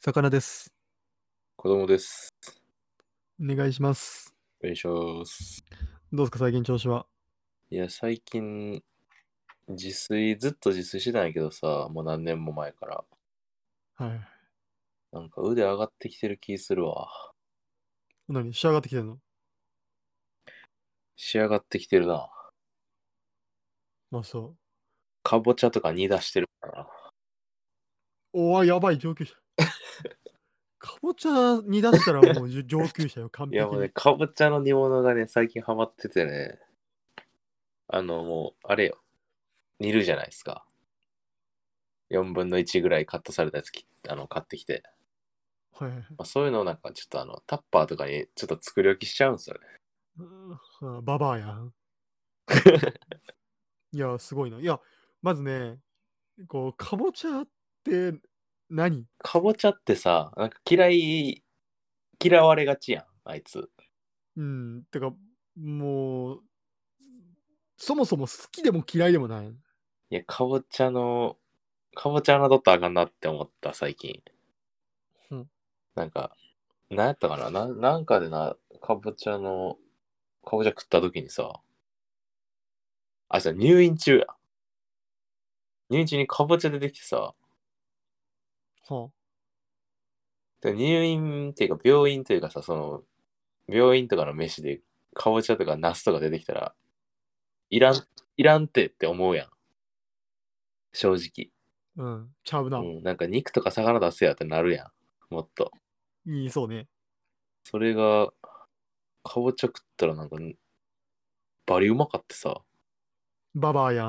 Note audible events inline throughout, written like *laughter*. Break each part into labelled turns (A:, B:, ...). A: 魚です。
B: 子供です。
A: お願いします。
B: お願いします。
A: どうですか、最近調子は。
B: いや、最近、自炊、ずっと自炊してたんやけどさ、もう何年も前から。
A: はい。
B: なんか腕上がってきてる気するわ。
A: 何仕上がってきてるの
B: 仕上がってきてるな。
A: まあそう。
B: かぼちゃとか煮出してるから
A: おわ、やばい、上級者。 *laughs* かぼちゃに出したらもうじゅ *laughs* 上級者よ、完
B: な。い
A: 璧
B: や、もう
A: *laughs*
B: ね、
A: に。
B: かぼちゃの煮物がね、最近ハマっててね。あの、もう、あれよ。煮るじゃないですか。4分の1ぐらいカットされたやつきあの買ってきて、
A: はいはいはい
B: まあ、そういうのをなんかちょっとあのタッパーとかにちょっと作り置きしちゃうんですよね。
A: うんあ。ババアやん。いや、すごいな。いや、まずね、こう、かぼちゃって何
B: かぼちゃってさなんか嫌い嫌われがちやんあいつ
A: うん、てか、もう、そもそも好きでも嫌いでもない。
B: いやかぼちゃのかぼちゃ侮ったらあかんなって思った最近
A: うん
B: なんかなんやったかなななんかでなかぼちゃのかぼちゃ食った時にさあじゃ入院中や入院中にかぼちゃ出てきてさ
A: は
B: で入院っていうか病院というかさその病院とかの飯でかぼちゃとかナスとか出てきたらいらんいらんてって思うやん正直、
A: あ、うん、ちゃうな。
B: うん、なんか肉とか魚出せやってなるやんもっと
A: いい、そうね。
B: それがかぼちゃ食ったらなんかバリうまかってさ
A: ババアやん。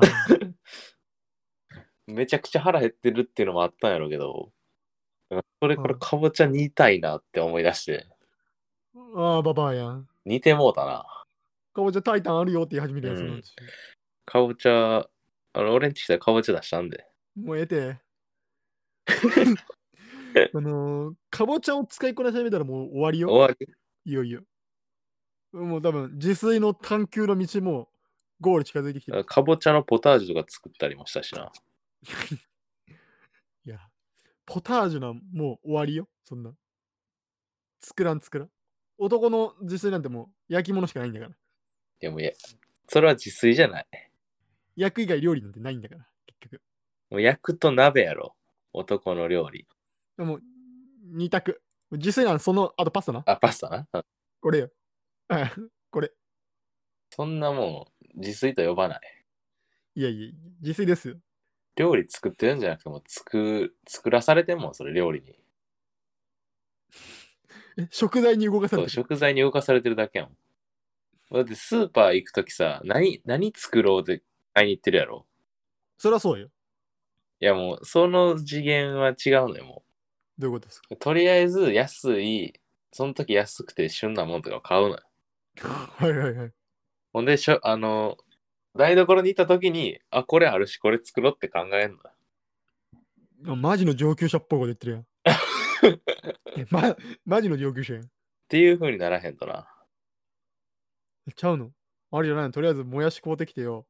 B: めちゃくちゃ腹減ってるっていうのもあったんやろうけどなんかそれからかぼちゃ煮たいなって思い出して
A: ああ、ババアやん。
B: 煮てもうたな
A: かぼちゃタイタンあるよって言い始めるやつ
B: うん
A: なんですよ
B: かぼちゃあの俺んち来たらかぼちゃ出したんで
A: もうええ
B: *laughs*
A: て。あのー、かぼちゃを使いこなし始めたらもう終わりよ。
B: 終わり
A: いよいよ。もう多分、自炊の探求の道もゴール近づいてきてる。
B: かぼちゃのポタージュとか作ったりもしたしな。
A: いや、ポタージュなんもう終わりよ。そんな。作らん作らん。男の自炊なんてもう焼き物しかないんだから。
B: でもいや、それは自炊じゃない。
A: 焼く以外料理なんてないんだから、結局。
B: もう焼くと鍋やろ。男の料理。
A: でも、二択。自炊なんその、あとパスタな。
B: あ、パスタな。うん
A: これよ。あこれ。
B: そんなもん、自炊と呼ばない。
A: いやいや、自炊ですよ。
B: 料理作ってるんじゃなくても、作、作らされてんもん、それ料理に。
A: え食材に動かさ
B: そ
A: れ
B: う
A: てる。
B: 食材に動かされてるだけやもん。だってスーパー行くときさ、何、何作ろうって買いに行ってるやろ。
A: それはそうよ。
B: いやもう、その次元は違うのよ、も
A: どういうことですか
B: う。とりあえず安い、その時安くて旬なもんとかを買うのよ。
A: *laughs* はいはいはい。
B: ほんでしょ、あの、台所に行った時に、あ、これあるし、これ作ろうって考えるんだ。
A: あマジの上級者っぽいこと言
B: *laughs*
A: ってるやん。えま、マジの上級者やん。
B: っていう風にならへんとな。
A: えちゃうのあれじゃないのとりあえずもやし買うてきてよ。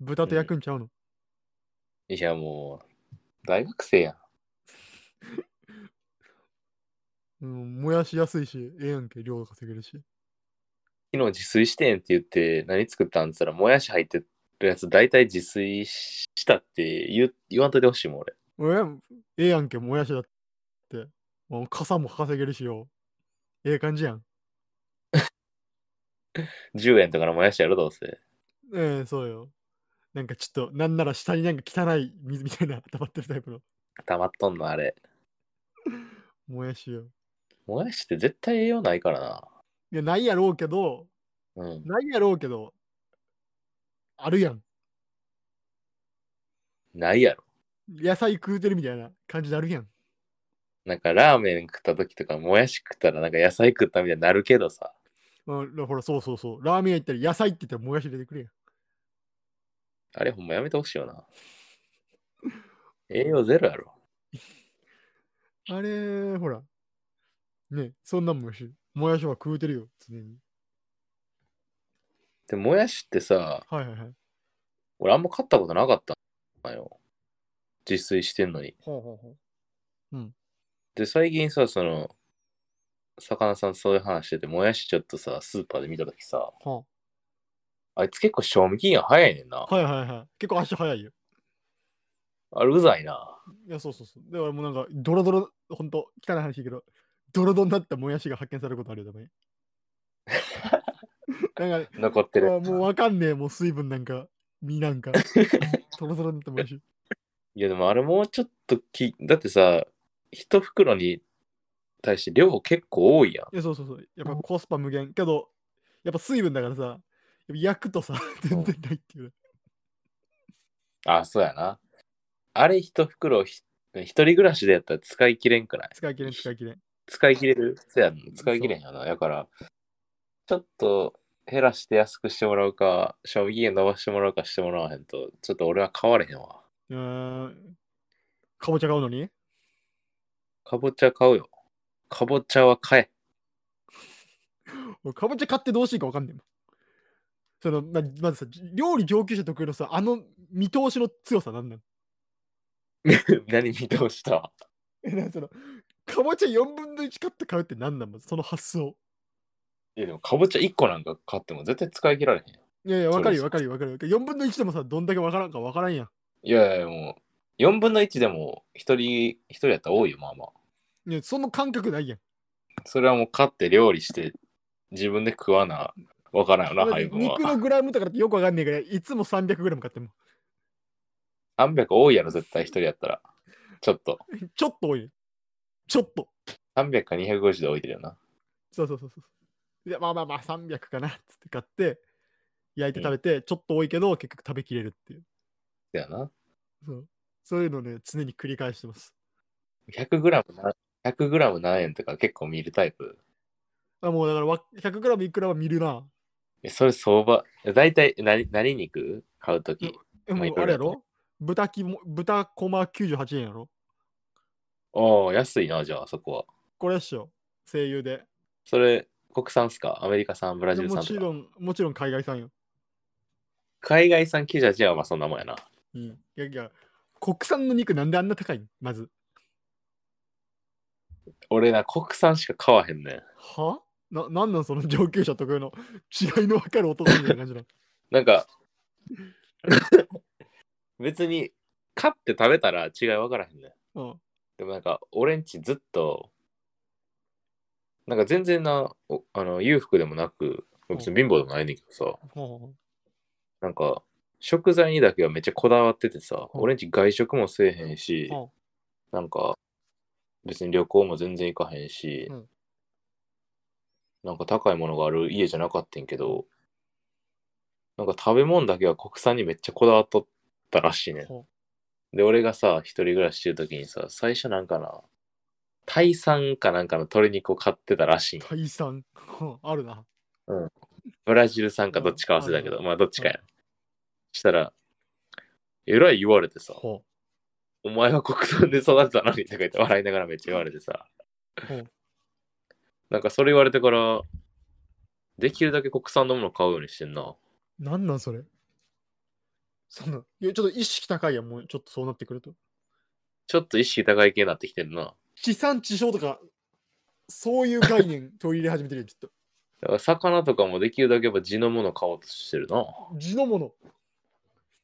A: 豚と焼くんちゃうの、
B: いや、もう、大学生やん。
A: うん、もやし安いし、ええやんけ、量が稼げるし。
B: 昨日自炊してんって言って、何作ったんって言ったら、もやし入ってるやつ、大体自炊したって言う言わんといてほしいもん、俺。
A: えええやんけ、もやしだって。もう傘も稼げるしよ。ええ感じやん。
B: 10円とかのもやしやろ、どうせ。
A: ええそうよ。なんかちょっと、なんなら下になんか汚い水みたいな溜まってるタイプの。
B: 溜まっとんの、あれ。
A: もやしよ。
B: もやしって絶対栄養ないからな。
A: いや、ないやろうけど、
B: うん。
A: ないやろうけど、あるやん。
B: ないやろ。
A: 野菜食うてるみたいな感じになるやん。
B: なんか、ラーメン食った時とか、もやし食ったら、なんか野菜食ったみたいになるけどさ。
A: うん、ほら、そうそうそう。ラーメン屋行ったら野菜って言ったらもやし出てくるやん。
B: あれほんまやめてほしいよな。栄養ゼロやろ。
A: あれ、ほら。ねそんなんもやし。もやしは食うてるよ、常に。
B: で、もやしってさ、
A: はいはいはい。
B: 俺あんま買ったことなかったのよ。自炊してんのに。
A: ほうほうほう。
B: で、最近さ、その、魚さんそういう話してて、もやしちょっとさ、スーパーで見たときさ、
A: は
B: あいつ結構賞味期限早いねんな。
A: あ、はいはいはい。結構足早いよ。
B: あれうざいな。
A: いや、そうそうそう。で、俺もなんか、ドロドロ、ほんと、汚い話だけど、ドロドロになったもやしが発見されることあるよ、たまに。なんか、
B: 残って
A: あ
B: る。
A: もうわかんねえ、もう水分なんか、身なん
B: *laughs*
A: か、ドロドロになったもやし。
B: いや、でもあれもうちょっとき、だってさ、一袋に対して量結構多いやん。
A: いや、そうそうそう。やっぱコスパ無限。けど、やっぱ水分だからさ、やっぱ焼くとさ、 *laughs* 全然ないっていう。
B: あ、そうやな。あれ一袋ひ、一人暮らしでやったら使い切れんくない
A: 使い切れん、使い切れん。
B: 使い切れるそうやん。使い切れんよな。だから、ちょっと減らして安くしてもらうか、賞味期限伸ばしてもらうかしてもらわへんと、ちょっと俺は買われへんわ。
A: うーん。かぼちゃ買うのに
B: かぼちゃ買うよ。かぼちゃは買え。 *laughs*
A: 俺かぼちゃ買ってどうしていいかわかんねえもん。そのままずさ、料理上級者得意のさ、あの見通しの強さなん *laughs* なの
B: 何見通した
A: え、なんかその、かぼちゃ4分の1カット買うってなんなんまずその発想。
B: いやでもかぼちゃ1個なんか買っても絶対使い切られへんよ。
A: いやいや、
B: そう
A: わかる
B: です
A: よ、わかるよ、わかるよ。4分の1でもさ、どんだけわからんかわからんやん。
B: いやいやもう、4分の1でも1人、1人やったら多いよ、まあまあ。
A: いや、その感覚ないやん。
B: それはもう買って料理して、自分で食わな、わからんよな、
A: だっ
B: 配
A: て
B: 分は
A: 肉。のグラムとかだってよくわかんねえから、いつも300グラム買っても。
B: 300多いやろ、絶対一人やったら。ちょっと。
A: ちょっと多いね。ちょっと。
B: 300か250で置いてるよな。
A: そうそうそうそう。いや、まあまあまあ、300かなっつって買って、焼いて食べて、ちょっと多いけど、結局食べきれるっていう。
B: だよな。
A: そうそういうのね、常に繰り返してます。
B: 100g、100g 何円とか結構見るタイプ。
A: あもうだからわ、100グラムいくらは見るな。
B: えそれ相場。大体、何、何肉買うとき。
A: え
B: まあ
A: も
B: いうろいろ
A: あれやろ豚きも豚こま98円やろ
B: おお安いな、じゃあ、そこは。
A: これっしょ。声優で。
B: それ、国産っすかアメリカ産、ブラジル
A: も
B: 産
A: ち
B: とか。
A: ろん、もちろん海外産よ。
B: 海外産98はまあそんなもんやな。
A: うん。いやいや、国産の肉なんであんな高いんまず。
B: 俺な、国産しか買わへんねん。
A: はな、なんなんその上級者特有の *laughs* 違いの分かる音みたいな感じなの。
B: なんか、 *laughs* 別に、買って食べたら違い分からへんねん。
A: *laughs* うん。
B: でもなんか、俺んちずっと、なんか全然な、おあの、裕福でもなく、別に貧乏でもないねんけどさ、
A: ほうほうほう
B: なんか、食材にだけはめっちゃこだわっててさ、
A: うん
B: 俺んち外食もせえへんし、
A: うん
B: なんか、別に旅行も全然行かへんし、
A: うん
B: なんか高いものがある家じゃなかったんけど、なんか食べ物だけは国産にめっちゃこだわっとったらしいねん。
A: ほ
B: で、俺がさ、一人暮らししてる時にさ、最初なんかな、タイ産かなんかの鶏肉を買ってたらしいん
A: う
B: よ
A: 大産 *laughs* あるな。
B: ブラジル産かどっちか忘れたけど、
A: う
B: まあどっちかや。したら、えらい言われてさ、
A: ほ
B: お前は国産で育てたのにとか言って笑いながらめっちゃ言われてさ、
A: うほう
B: なんかそれ言われてから、できるだけ国産のもの買うようにしてんな。
A: なんなんそれそんな。いや、ちょっと意識高いやん、もうちょっとそうなってくると。
B: ちょっと意識高い系になってきてるな。
A: 地産地消とか、そういう概
B: *laughs*
A: 念取り入れ始めてるよ、きっと。
B: だから魚とかもできるだけやっぱ地のもの買おうとしてるな。
A: 地のもの、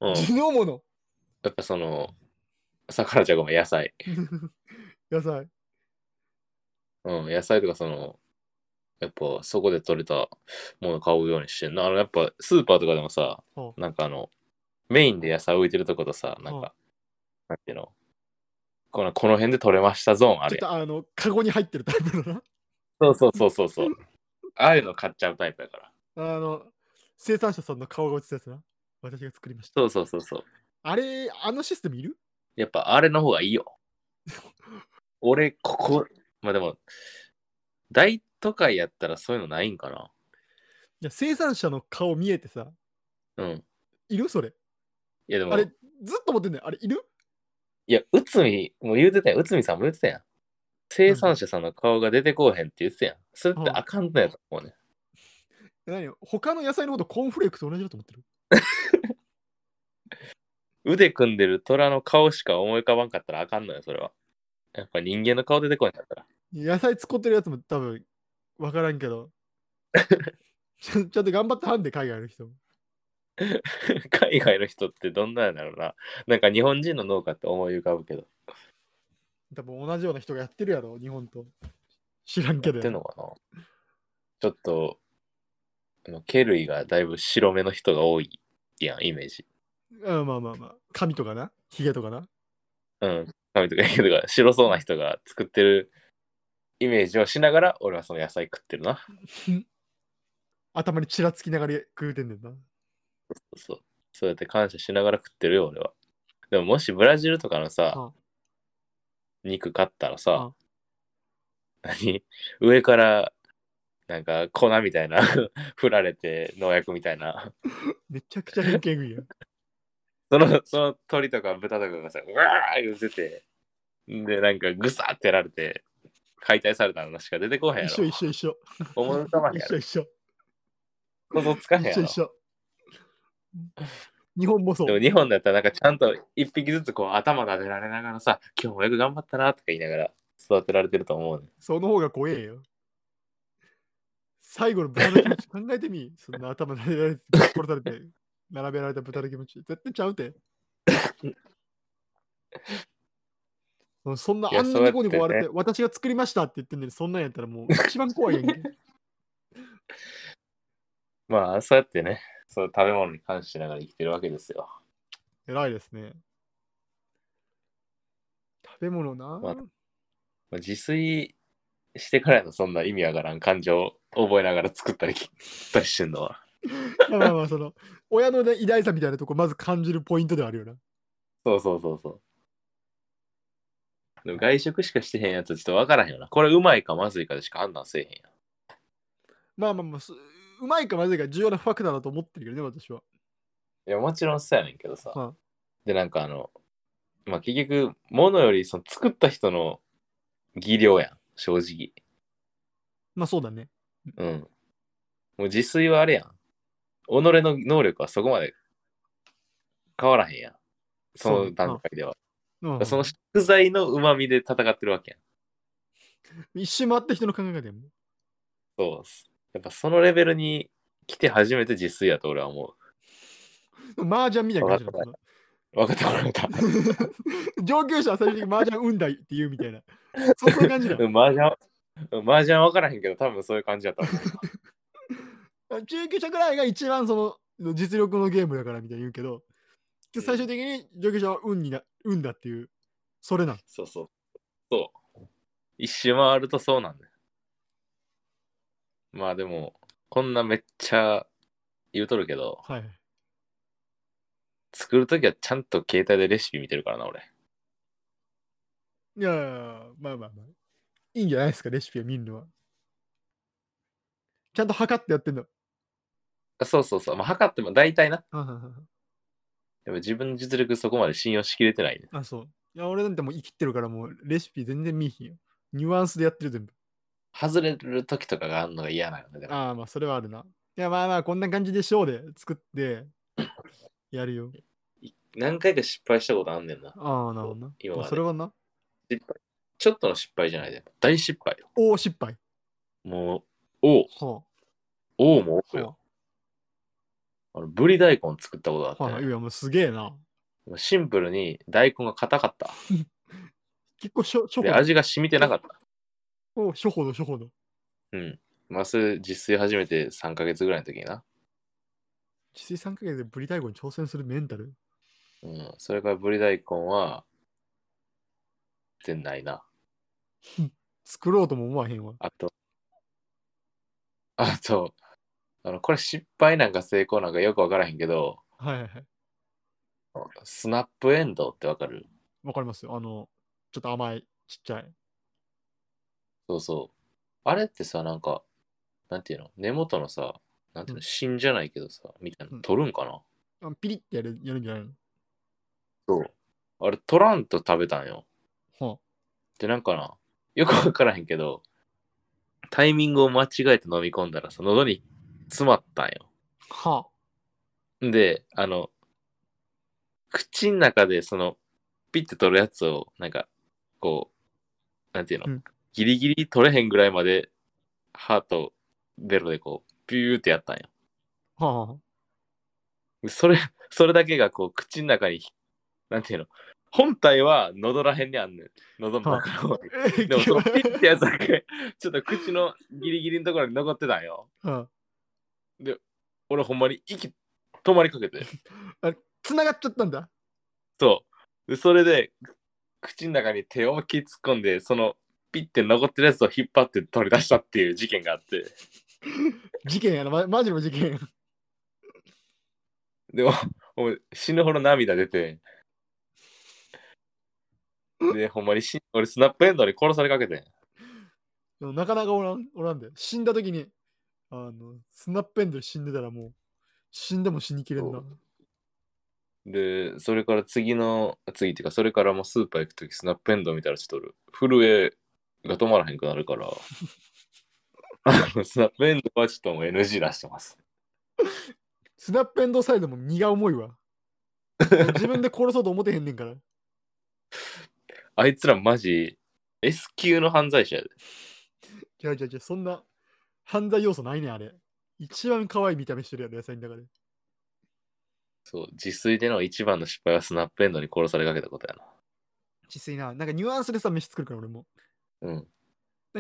B: うん。
A: 地のもの、
B: やっぱその、魚じゃごめん、野菜。
A: 野菜。
B: うん、野菜とかその、やっぱそこで取れたもの買うようにしてんな。あの、やっぱスーパーとかでもさ
A: は、
B: なんかあの、メインで野菜置いてるとことさ、なん
A: は
B: か、なんていうの、このこの辺で取れましたゾーンあ
A: ちょっ
B: るやん。
A: とあの、カゴに入ってるタイプのな。 *laughs*
B: そうそうそうそうそう。ああいうの買っちゃうタイプやから。
A: あの、生産者さんの顔が落ちたやつな。私が作りました。
B: そうそうそうそう。
A: あれ、あのシステムいる
B: やっぱあれの方がいいよ。
A: *laughs*
B: 俺、ここ、まあでも、大都会やったらそういうのないんかな。
A: いや、生産者の顔見えてさ、
B: うん。
A: いるそれ。
B: いやでも、
A: あれ、ずっと思ってんねん。あれ、いる
B: いや、内海も言うてたやん。内海さんも言うてたやん。生産者さんの顔が出てこうへんって言ってたやん。それってあかんのやと思うね。
A: 何他の野菜のことコーンフレークと同じだと思ってる
B: 腕組んでる虎の顔しか思い浮かばんかったらあかんのよ、それは。やっぱ人間の顔出てこいんだったら。 *laughs*
A: 野菜使ってるやつも多分分からんけ
B: *laughs*
A: どちゃんちゃんと頑張ってはんで海外の人も
B: 海外の人ってどんなんやろうな。なんか日本人の農家って思い浮かぶけど。
A: 多分同じような人がやってるやろ日本と知らんけ
B: やってん
A: ど
B: のかなちょっと、あの、ケ類がだいぶ白目の人が多いやん、イメージ。
A: うんまあまあまあ髪とかなヒゲとかな
B: うん。髪とか毛とか白そうな人が作ってるイメージをしながら、俺はその野菜食ってるな。
A: 頭にちらつきながら食うてんねんな
B: そう。そうやって感謝しながら食ってるよ、俺は。でももしブラジルとかのさ、
A: は
B: 肉買ったらさ、何上から、なんか粉みたいな *laughs* 振られて農薬みたいな
A: めちゃくちゃ偏見食いやん
B: そのその鳥とか豚とかがさうわー言っててでなんかぐさってやられて解体されたのしか出てこへんや
A: 一緒
B: ろ
A: 一緒一緒
B: 思い浮かばへんや
A: 一緒
B: ろ
A: 一緒
B: 想像つかへんや
A: 一緒
B: ろ
A: 一緒日本もそ
B: でも
A: う
B: 日本だったらなんかちゃんと一匹ずつこう頭撫でられながらさ今日もよく頑張ったなとか言いながら育てられてると思うね
A: その方が怖えよ最後の豚の気持ち考えて
B: *laughs*
A: みそんな頭撫でられて殺されて並べられた豚の気持ち絶対ちゃうてうんそんないあ
B: や
A: んな
B: そうや
A: にこ
B: って
A: にこわれて私が作りましたって言ってんのにそんなんやったら
B: *laughs*
A: もう一番怖いやんけ
B: まあそうやってねその食べ物に感謝しながら生きてるわけですよ
A: 偉いですね食べ物な、
B: まあまあ自炊してからのそんな意味わからん感情を覚えながら作ったり切ったりしてんのは
A: まあまあまあその親の、ね、偉大さみたいなとこまず感じるポイントではあるよな
B: そうそうそうそう。でも外食しかしてへんやつはちょっとわからへんよな。これうまいかまずいかでしか判断せえへんやん。
A: まあまあまあそうまいかまずいか重要なファクターだと思ってるけどね私はい
B: や、もちろんそうやねんけどさ。
A: うん
B: で、なんかあの、まあ、結局、ものよりその作った人の技量やん、正直。
A: まあそうだね
B: うん。もう自炊はあれやん。己の能力はそこまで変わらへんやん。そ
A: そう
B: の
A: ね
B: 段階では。
A: うん
B: その食材の旨味で戦ってるわけやん。
A: 一周回って人の考え方やもん
B: そうっす。やっぱそのレベルに来て初めて自炊やと俺は思う。
A: 麻雀みたいな感じな
B: わ
A: の
B: 分かった分 *laughs* かった。
A: 上級者は最終的に麻雀運だいって言うみたいなそそういう感じだ
B: うん麻雀、うん麻雀分からへんけど、多分そういう感じだった思う。
A: 中級者ぐらいが一番その実力のゲームだからみたいに言うけどで最終的に上級者は運にな運だっていうそれなの
B: そうそう。そう。一周回るとそうなんだよ。まあでも、こんなめっちゃ言うとるけど、
A: はいはい
B: 作るときはちゃんと携帯でレシピ見てるからな、俺。
A: いやいやいやまあまあまあ。いいんじゃないですか、レシピを見るのは。ちゃんと測ってやってんだ。
B: あそうそうそう。まあ測っても大体な。
A: あ、
B: でも自分の実力そこまで信用しきれてないね。
A: そう。いや、俺なんてもう生きてるから、もうレシピ全然見えひんよ。ニュアンスでやってる全部。
B: 外れるときとかがあるのが嫌なのね。でも
A: ああ、まあ、それはあるな。いや、まあまあ、こんな感じでしょうで作って *coughs* やるよ。
B: 何回か失敗したことあんねんな。
A: ああ、なるほどな。
B: 今まで
A: まあそれはな。
B: 失敗。ちょっとの失敗じゃないで。大失敗よ。
A: 大失敗。
B: もう、おう、
A: は
B: おうもお
A: あ。
B: うよ。
A: は
B: あのブリ大根作ったこと
A: あ、
B: があ
A: は
B: っ
A: あ、
B: て、
A: いや、もうすげえな。
B: もうシンプルに大根が硬かった。
A: 結構しょ、初歩
B: で、味が染みてなかった。
A: お初歩の初歩の。
B: うん。まあ、それ実炊始めて3ヶ月ぐらいの時にな。
A: 自炊3ヶ月でブリ大根に挑戦するメンタル。
B: うん。それからブリ大根は、全ないな。
A: 作ろうとも思わへんわ。
B: あと、あと、あの、これ失敗なんか成功なんかよくわからへんけど、
A: はいはいはい。
B: スナップエンドウってわかる
A: わかりますよ。あの、ちょっと甘い、ちっちゃい。
B: そうそう。あれってさ、なんか、なんていうの根元のさ、なんてい
A: う
B: うの
A: ん
B: 芯じゃないけどさ、みたいな
A: う
B: の
A: ん
B: 取るんかな、
A: あピリッてやるやるんじゃないの
B: あれ、取らんと食べたんよ。
A: は
B: で、なんかな、よくわからへんけど、タイミングを間違えて飲み込んだらさ、喉に詰まったん
A: あ。は
B: よ。んで、あの、口の中でその、ピッて取るやつを、なんか、こなんていうの、
A: うん
B: ギリギリ取れへんぐらいまで、ハート、ベロでこう、ビューってやったんよ。
A: はあはあ。
B: それ、それだけがこう、口の中に、なんていうの、本体は喉らへんにあんねん。喉の中の方に。
A: え
B: *laughs* でもそのピッてやつだけ、 *laughs* ちょっと口のギリギリのところに残ってたんよ。
A: *laughs* は
B: 俺ほんまに息止まりかけて。
A: 繋がっちゃったんだ。
B: そう。でそれで、口の中に手を思いっきり突っ込んで、そのピッて残ってるやつを引っ張って取り出したっていう事件があって。
A: 事件やな、ま、マジの事件。
B: でも、もう死ぬほど涙出て。で、ほんまに死ん俺スナップエンドウに殺されかけてん。
A: でもなかなかおらん、おらんで。死んだ時に、あの、スナップエンドで死んでたらもう、死んでも死にきれんな。
B: で、それから次の、次っていうか、それからもうスーパー行くとき、スナップエンドウ見たらちょっと俺、震えが止まらへんくなるから、あのスナップエンドウはちょっともう NG 出してます。
A: スナップエンドサイドも荷が重いわ。 *laughs* 自分で殺そうと思ってへんねんから。
B: あいつらマジ、S 級の犯罪者やで。
A: 違う違う違う、そんな犯罪要素ないねん、あれ。一番可愛い見た目してるやろ、野菜の中で。
B: そう、自炊での一番の失敗はスナップエンドウに殺されかけたことや
A: ちすいな。なんかニュアンスでさ、飯作るから、俺も。
B: な。うん。
A: な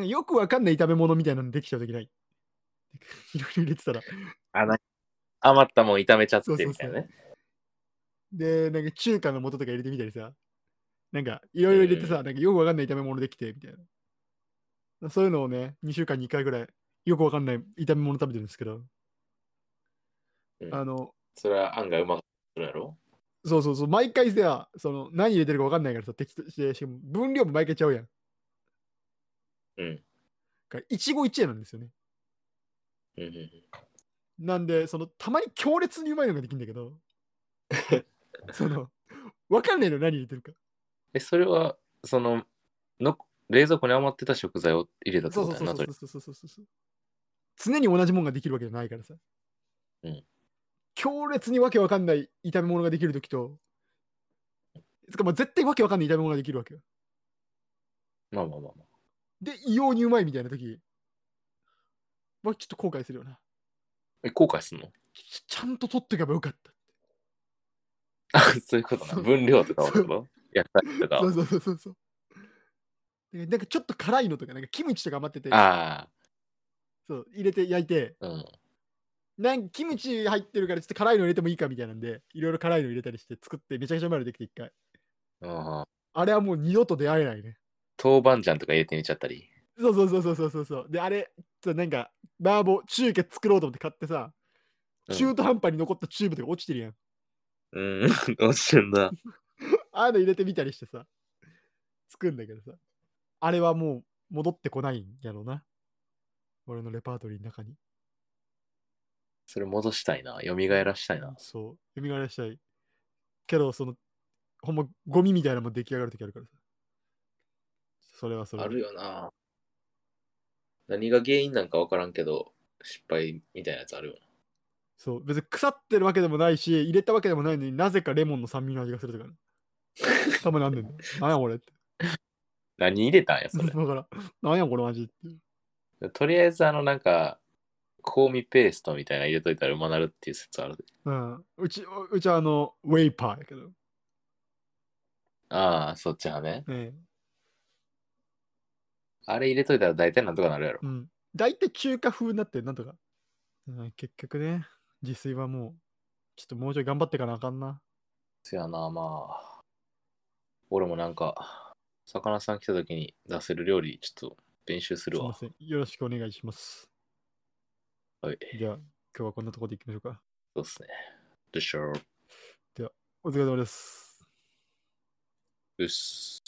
A: んかよくわかんない炒め物みたいなのできちゃうときない。 *laughs* いろいろ入れてたら。
B: あな余ったもん炒めちゃってみたいなね。
A: そうそうで、なんか中華の素とか入れてみたりさ。なんかいろいろ入れてさ、なんかよくわかんない炒め物できて、みたいな。そういうのをね、2週間に1回ぐらい、よくわかんない炒め物食べてるんですけど。
B: うん
A: あの、
B: それは案外うまくするやろ
A: そうそうそう、毎回さ、その何入れてるか分かんないからさ、適当して、しかも分量も毎回ちゃうやん。
B: うん。
A: から一期一会なんですよね。
B: うんうんうん。
A: なんで、そのたまに強烈にうまいのができるんだけど、その、分かんないの何入れてるか。
B: え、それは、その、の冷蔵庫に余ってた食材を入れたって
A: そ
B: こ
A: う
B: と
A: そう
B: や
A: そう
B: な、
A: そ
B: そうれ。
A: そうそうそうそう常に同じもんができるわけじゃないからさ。
B: うん
A: 強烈にわけわかんない炒め物ができるときと、つかまあ絶対わけわかんない炒め物ができるわけよ。
B: まあまあまあまあ。
A: で、異様にうまいみたいなとき、まあちょっと後悔するよな。
B: え、後悔すんの *laughs*
A: ちちゃんと取っとけばよかった。
B: あそういうことな。
A: そう
B: 分量とかはってこと野菜とか
A: そう
B: は。
A: そうそうそうそう。でなんかちょっと辛いのとか、なんかキムチとか余ってて、
B: あ
A: そう入れて焼いて、
B: あ、うん。
A: なんかキムチ入ってるからちょっと辛いの入れてもいいかみたいなんで、いろいろ辛いの入れたりして作ってめちゃくちゃうまいのできて一回。
B: ああ
A: あれはもう二度と出会えないね。
B: 豆板醤とか入れてみちゃったり。
A: そうそうそうそうそうそうそう。で、あれ、ちょっとなんか、麻婆中華作ろうと思って買ってさ、
B: うん
A: 中途半端に残ったチューブとか落ちてるやん。
B: うん、 *laughs* どうしてんだ。
A: ああいうの入れてみたりしてさ、作るんだけどさ、あれはもう戻ってこないんやろうな。俺のレパートリーの中に。
B: それ戻したいな。蘇らしたいな。
A: そう、蘇らしたい。けど、その、ほんま、ゴミみたいなのもん出来上がるときあるからさ。それはそれで。
B: あるよな。何が原因なんかわからんけど、失敗みたいなやつあるよな。
A: そう、別に腐ってるわけでもないし、入れたわけでもないのになぜかレモンの酸味の味がするとか
B: *laughs*
A: ね。たまにあんねんね。なんやこれって。
B: 何入れたんや、そ
A: だ
B: れ。
A: から、なんやこの味って。
B: とりあえず、あの、なんか、香味ペーストみたいなの入れといたらうまなるっていう説あるで。
A: うん。うち、うちはあの、ウェイパーやけど。
B: ああ、そっちはね。
A: ええ。
B: あれ入れといたら大体なんとかなるやろ。
A: うん。大体中華風になって、なんとか。うん、結局ね、自炊はもう、ちょっともうちょい頑張ってかなあかんな。
B: そやな、まあ。俺もなんか、魚さん来た時に出せる料理、ちょっと練習す
A: すい
B: る
A: ま
B: わ。
A: せん。よろしくお願いします。
B: はい。
A: じゃあ、今日はこんなところでいきましょうか。
B: そうっすね。でしょ。
A: お疲れ様です。
B: うっす。